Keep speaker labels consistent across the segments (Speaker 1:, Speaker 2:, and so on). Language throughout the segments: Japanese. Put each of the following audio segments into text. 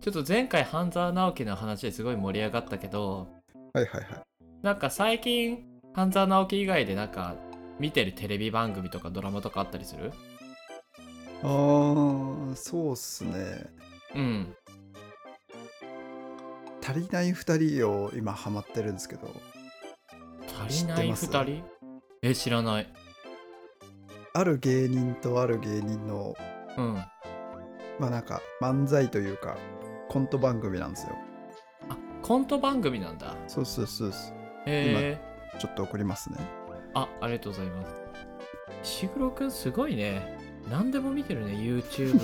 Speaker 1: ちょっと前回半沢直樹の話ですごい盛り上がったけど
Speaker 2: はいはいはい。
Speaker 1: なんか最近半沢直樹以外でなんか見てるテレビ番組とかドラマとかあったりする
Speaker 2: あー、そうっすね。
Speaker 1: うん
Speaker 2: 足りない2人を今ハマってるんですけど、
Speaker 1: 足りない
Speaker 2: 知って
Speaker 1: 2
Speaker 2: ま
Speaker 1: 人え知らない
Speaker 2: ある芸人とある芸人の、
Speaker 1: うんあ
Speaker 2: まあなんか漫才というか、コント番組なんですよ。
Speaker 1: コント番組なんだ
Speaker 2: そうそうそうそう。
Speaker 1: へ
Speaker 2: ちょっと送りますね。
Speaker 1: えあありがとうございます石黒くんすごいね何でも見てるね YouTube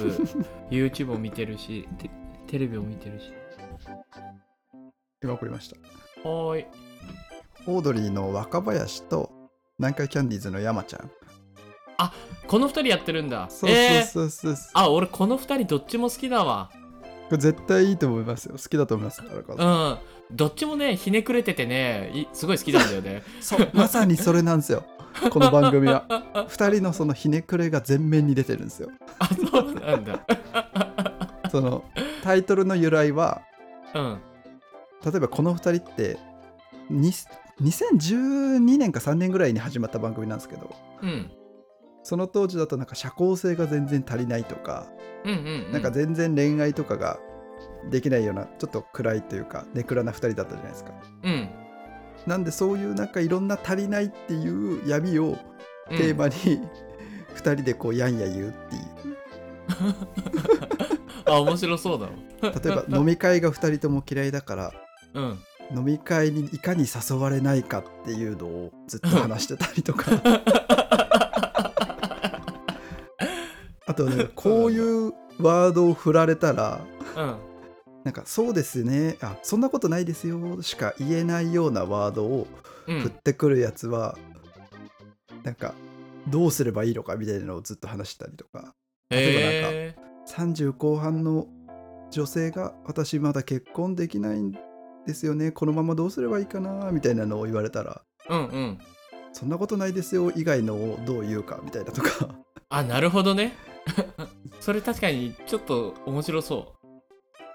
Speaker 1: YouTube も見てるしテテレビも見てるし
Speaker 2: 今送りました。
Speaker 1: はーい
Speaker 2: オードリーの若林と南海キャンディーズの山ちゃん。
Speaker 1: この2人やってるんだ
Speaker 2: そう
Speaker 1: えー
Speaker 2: そうそうそう。
Speaker 1: あ俺この2人どっちも好きだわ
Speaker 2: これ絶対いいと思いますよ。好きだと思います。荒川
Speaker 1: う
Speaker 2: さん
Speaker 1: んどっちもねひねくれててねいすごい好きなんだよね
Speaker 2: そう、まさにそれなんですよ。この番組は。2人 のそのひねくれが全面に出てるんですよ。
Speaker 1: あそうなんだ
Speaker 2: そのタイトルの由来は、
Speaker 1: うん
Speaker 2: 例えばこの2人って、に2012年か3年ぐらいに始まった番組なんですけど、
Speaker 1: うん
Speaker 2: その当時だとなんか社交性が全然足りないとか、
Speaker 1: うんうん、うん、
Speaker 2: なんか全然恋愛とかができないようなちょっと暗いというかネクラな2人だったじゃないですか
Speaker 1: うん
Speaker 2: なんでそういうなんかいろんな足りないっていう闇を
Speaker 1: うん
Speaker 2: テーマに2人でこうやんや言う っていう
Speaker 1: あ面白そうだわ
Speaker 2: 例えば飲み会が2人とも嫌いだから
Speaker 1: うん
Speaker 2: 飲み会にいかに誘われないかっていうのをずっと話してたりとかあとなんかこういうワードを振られたら
Speaker 1: うん
Speaker 2: なんか「そうですね」あ「そんなことないですよ」しか言えないようなワードを
Speaker 1: う
Speaker 2: 振
Speaker 1: ん
Speaker 2: ってくるやつは、なんかどうすればいいのかみたいなのをずっと話したりとか例えばなんか
Speaker 1: え
Speaker 2: 30後半の女性が「私まだ結婚できないんですよねこのままどうすればいいかな」みたいなのを言われたら
Speaker 1: ー、うんうん
Speaker 2: 「そんなことないですよ」以外のをどう言うかみたいなとか
Speaker 1: あなるほどね それ確かにちょっと面白そ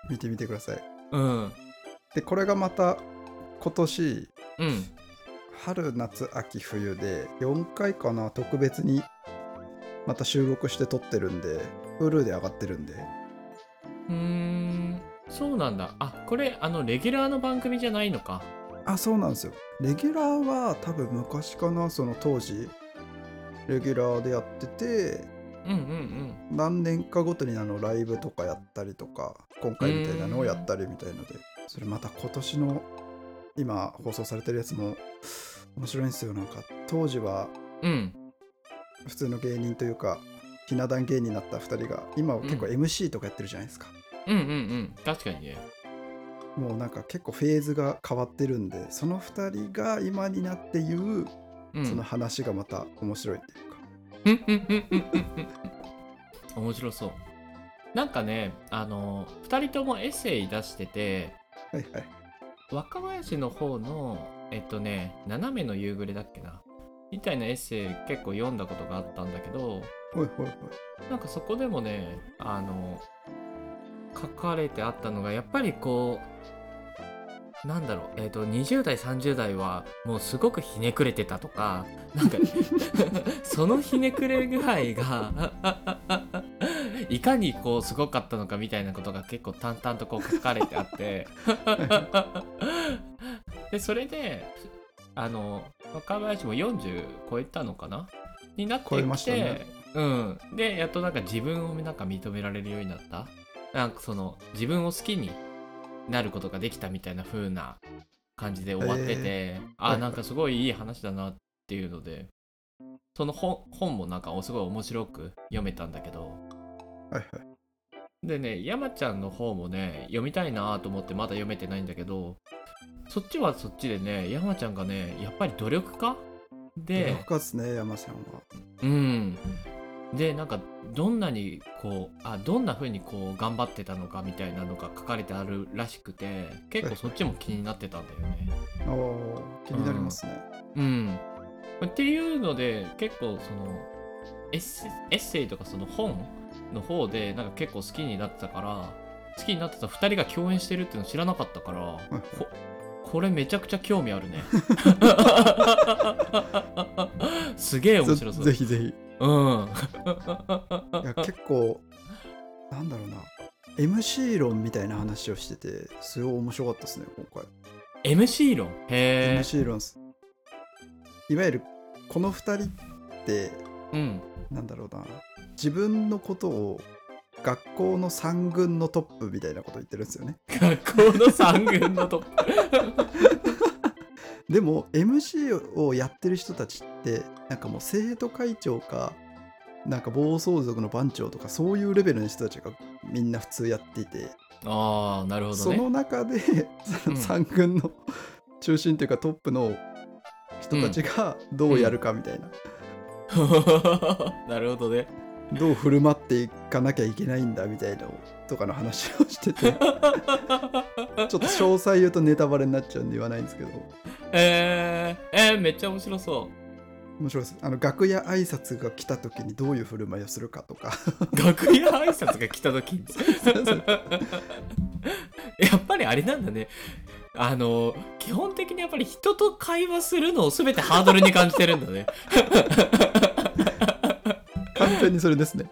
Speaker 2: 見てみてくださいう
Speaker 1: うん
Speaker 2: でこれがまた今年
Speaker 1: うん
Speaker 2: 春夏秋冬で4回かな特別にまた収録して撮ってるんで Hulu で上がってるんで
Speaker 1: うーんそうなんだあこれあのレギュラーの番組じゃないのか
Speaker 2: あそうなんですよレギュラーは多分昔かなその当時レギュラーでやってて
Speaker 1: うんうん
Speaker 2: 何年かごとにあのライブとかやったりとか今回みたいなのをやったりみたいのでそれまた今年の今放送されてるやつも面白いんですよなんか当時は
Speaker 1: うんうん
Speaker 2: 普通の芸人というかひな壇芸人になった2人が今は結構
Speaker 1: う
Speaker 2: MC とかやってるじゃないですか、
Speaker 1: うんうんうん確かにね
Speaker 2: もうなんか結構フェーズが変わってるんでその2人が今になって言う
Speaker 1: うん
Speaker 2: その話がまた面白いっていうか、
Speaker 1: うんうんうんうんうんうん 面白そうなんかねあの2人ともエッセイ出してて
Speaker 2: はいはい
Speaker 1: 若林の方のえっとね「斜めの夕暮れ」だっけなみたいなエッセイ結構読んだことがあったんだけど
Speaker 2: ほいほいほい
Speaker 1: なんかそこでもねあの書かれてあったのがやっぱりこうなんだろう、えっと20代30代はもうすごくひねくれてたとかなんか そのひねくれ具合が いかにこうすごかったのかみたいなことが結構淡々とこう書かれてあって でそれであの若林も40超えたのかなになってきて
Speaker 2: 超えましたね
Speaker 1: うん、でやっとなんか自分をなんか認められるようになったなんかその自分を好きになることができたみたいな風な感じで終わってて、
Speaker 2: はい
Speaker 1: あ
Speaker 2: はい
Speaker 1: なんかすごいいい話だなっていうのでその本本もなんかおすごい面白く読めたんだけど
Speaker 2: はいはい
Speaker 1: でね山ちゃんの方もね読みたいなと思ってまだ読めてないんだけどそっちはそっちでね山ちゃんがねやっぱり努力家で
Speaker 2: 努力家ですね山さんは
Speaker 1: うん、でなんかどんなにこうあどんな風にこう頑張ってたのかみたいなのが書かれてあるらしくて結構そっちも気になってたんだよね。
Speaker 2: おー気になりますね、
Speaker 1: うん、っていうので結構そのエッセエッセイとかその本の方でなんか結構好きになってたから好きになってた2人が共演してるっていうの知らなかったから
Speaker 2: はい
Speaker 1: ここれめちゃくちゃ興味ある ねすげえ面白そ
Speaker 2: ぜ
Speaker 1: う
Speaker 2: ひぜひ。い
Speaker 1: うん
Speaker 2: や結構、なんだろうな、MC 論みたいな話をしてて、すごい面白かったですね、今回。
Speaker 1: MC 論へえ
Speaker 2: MC 論っすいわゆるこの2人って
Speaker 1: うん
Speaker 2: なんだろうな自分のことを学校の三軍のトップみたいなこと言ってるんですよね
Speaker 1: 学校の三軍のトップ
Speaker 2: でも MC をやってる人たちってなんかもう生徒会長かなんか暴走族の番長とかそういうレベルの人たちがみんな普通やっていて、
Speaker 1: ああなるほど
Speaker 2: そ
Speaker 1: ね
Speaker 2: の中で、
Speaker 1: うん
Speaker 2: 三軍の中心というかトップの人たちがどうやるかみたいな、
Speaker 1: なるほどね
Speaker 2: どう振る舞っていかなきゃいけないんだみたいなのとかの話をして てちょっと詳細言うとネタバレになっちゃうんで言わないんですけど
Speaker 1: えー、えー、めっちゃ面白そ
Speaker 2: 面白いですあの楽屋挨拶が来た時にどういう振る舞いをするかと か
Speaker 1: う楽屋挨拶が来た時に
Speaker 2: そうそう
Speaker 1: やっぱりあれなんだねあの基本的にやっぱり人と会話するのを全てハードルに感じてるんだね
Speaker 2: 完全にそれですね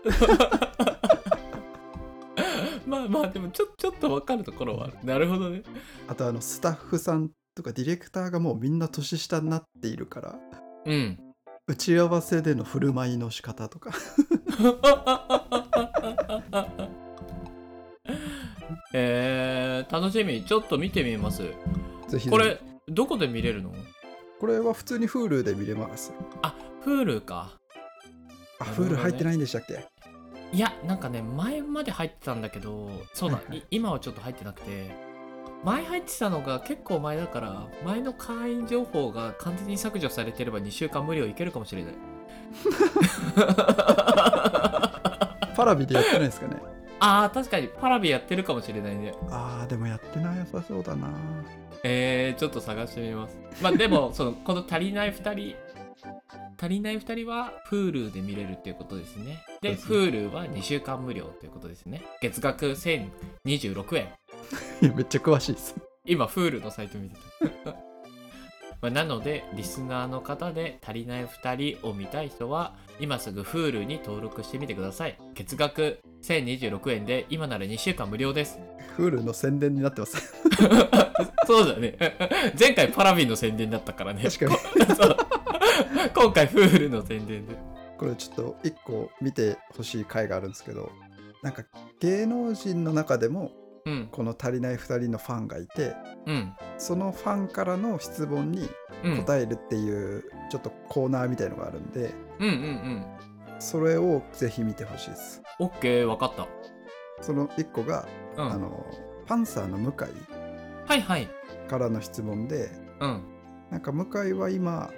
Speaker 1: まあまあでもちょちょっと分かるところはあるなるほどね
Speaker 2: あとあのスタッフさんとかディレクターがもうみんな年下になっているから
Speaker 1: うん
Speaker 2: 打ち合わせでの振る舞いの仕方とか
Speaker 1: えー、楽しみちょっと見てみます
Speaker 2: ぜひぜひ
Speaker 1: これどこで見れるの
Speaker 2: これは普通に Hulu で見れます
Speaker 1: あ Hulu か
Speaker 2: あ
Speaker 1: なるほど
Speaker 2: Hulu
Speaker 1: ね
Speaker 2: 入ってないんでしたっけ
Speaker 1: いやなんかね前まで入ってたんだけどそうだ
Speaker 2: はいはい
Speaker 1: い今はちょっと入ってなくて前入ってたのが結構前だから前の会員情報が完全に削除されてれば2週間無料いけるかもしれない
Speaker 2: パラビでやってないですかね
Speaker 1: あー確かにパラビやってるかもしれないね
Speaker 2: あーでもやってなさそうだな
Speaker 1: えー、ちょっと探してみます。まあで も、その、この足りない2人、足りない2人は Hulu で見れるっていうことですね。で、
Speaker 2: そうで
Speaker 1: Hulu は2週間無料ということですね。月額1026円。
Speaker 2: いやめっちゃ詳しいです
Speaker 1: 今、Hulu のサイト見てた。 まあなので、リスナーの方で足りない2人を見たい人は、今すぐ Hulu に登録してみてください。月額1026円で、今なら2週間無料です。
Speaker 2: Hulu の宣伝になってます
Speaker 1: そうだね。 前回パラビンの宣伝だったからね。
Speaker 2: 確かに
Speaker 1: そう今回フールの宣伝で。
Speaker 2: これちょっと一個見てほしい回があるんですけどなんか芸能人の中でも
Speaker 1: うん、
Speaker 2: この足りない2人のファンがいて
Speaker 1: うん、
Speaker 2: そのファンからの質問に
Speaker 1: うん、うん、
Speaker 2: 答えるっていうちょっとコーナーみたいのがあるんで
Speaker 1: うん、うん。
Speaker 2: それをぜひ見てほしいです
Speaker 1: オッケー、わかった。
Speaker 2: その一個が、
Speaker 1: う
Speaker 2: あ
Speaker 1: ん、
Speaker 2: のパンサーの向井
Speaker 1: はいはい。
Speaker 2: からの質問で
Speaker 1: うん、
Speaker 2: なんか向井は今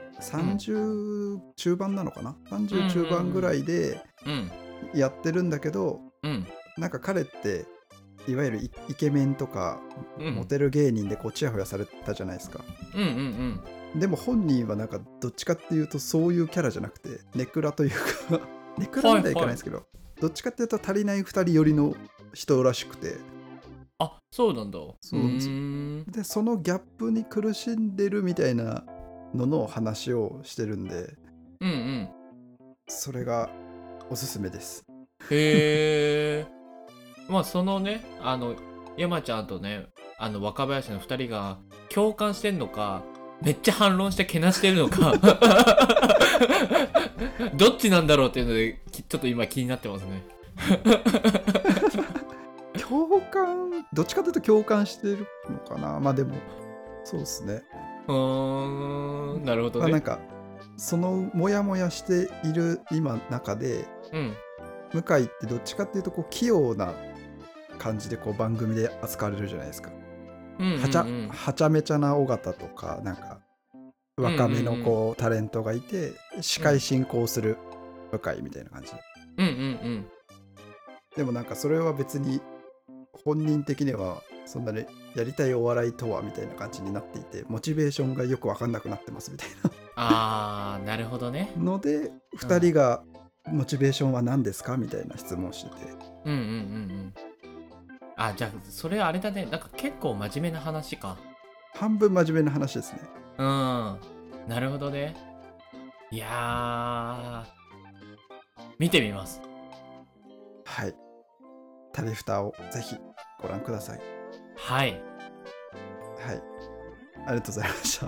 Speaker 2: 30中盤なのかな、30中盤ぐらいで
Speaker 1: うん、
Speaker 2: やってるんだけど、
Speaker 1: うん、
Speaker 2: なんか彼っていわゆるイイケメンとか
Speaker 1: うん、
Speaker 2: モテる芸人でこうチヤホヤされたじゃないですか、
Speaker 1: うん、うん、うん。
Speaker 2: でも本人はなんかどっちかっていうとそういうキャラじゃなくてネクラというか ネクラまではいかないですけど、どっちかっていうと足りない2人寄りの人らしくて
Speaker 1: あ、そうなんだ。
Speaker 2: そうなんですよ
Speaker 1: ーん
Speaker 2: でそのギャップに苦しんでるみたいなのの話をしてるんで
Speaker 1: うん、うん。
Speaker 2: それがおすすめです
Speaker 1: へえ。 まあそのね、あの、山ちゃんとね、あの若林の2人が共感してんのか、めっちゃ反論してけなしてるのか、 どっちなんだろうっていうので、きちょっと今気になってますね。
Speaker 2: 共感どっちかというと共感してるのかなまあでもそうですね
Speaker 1: うーん、なるほど
Speaker 2: まあ、なん
Speaker 1: ね。
Speaker 2: かそのモヤモヤしている今中で
Speaker 1: うん。
Speaker 2: 向井ってどっちかっていうとこう器用な感じでこう番組で扱われるじゃないですか、
Speaker 1: うん、うん。
Speaker 2: はちゃ
Speaker 1: うん
Speaker 2: はちゃめちゃな尾形とかなんか若めの
Speaker 1: うんう
Speaker 2: こうタレントがいて司会進行する向井みたいな感じ、
Speaker 1: うんうん
Speaker 2: でもなんかそれは別に本人的にはそんなにやりたいお笑いとはみたいな感じになっていてモチベーションがよく分かんなくなってますみたいな
Speaker 1: あー、なるほどね。
Speaker 2: ので2人が「モチベーションは何ですか?」みたいな質問をして
Speaker 1: う
Speaker 2: て
Speaker 1: んうんうんうん。あじゃあそれあれだねなんか結構真面目な話か
Speaker 2: 半分真面目な話ですね
Speaker 1: うんなるほどねいやー見てみます
Speaker 2: はい旅ふたをぜひご覧ください
Speaker 1: はい
Speaker 2: はいありがとうございました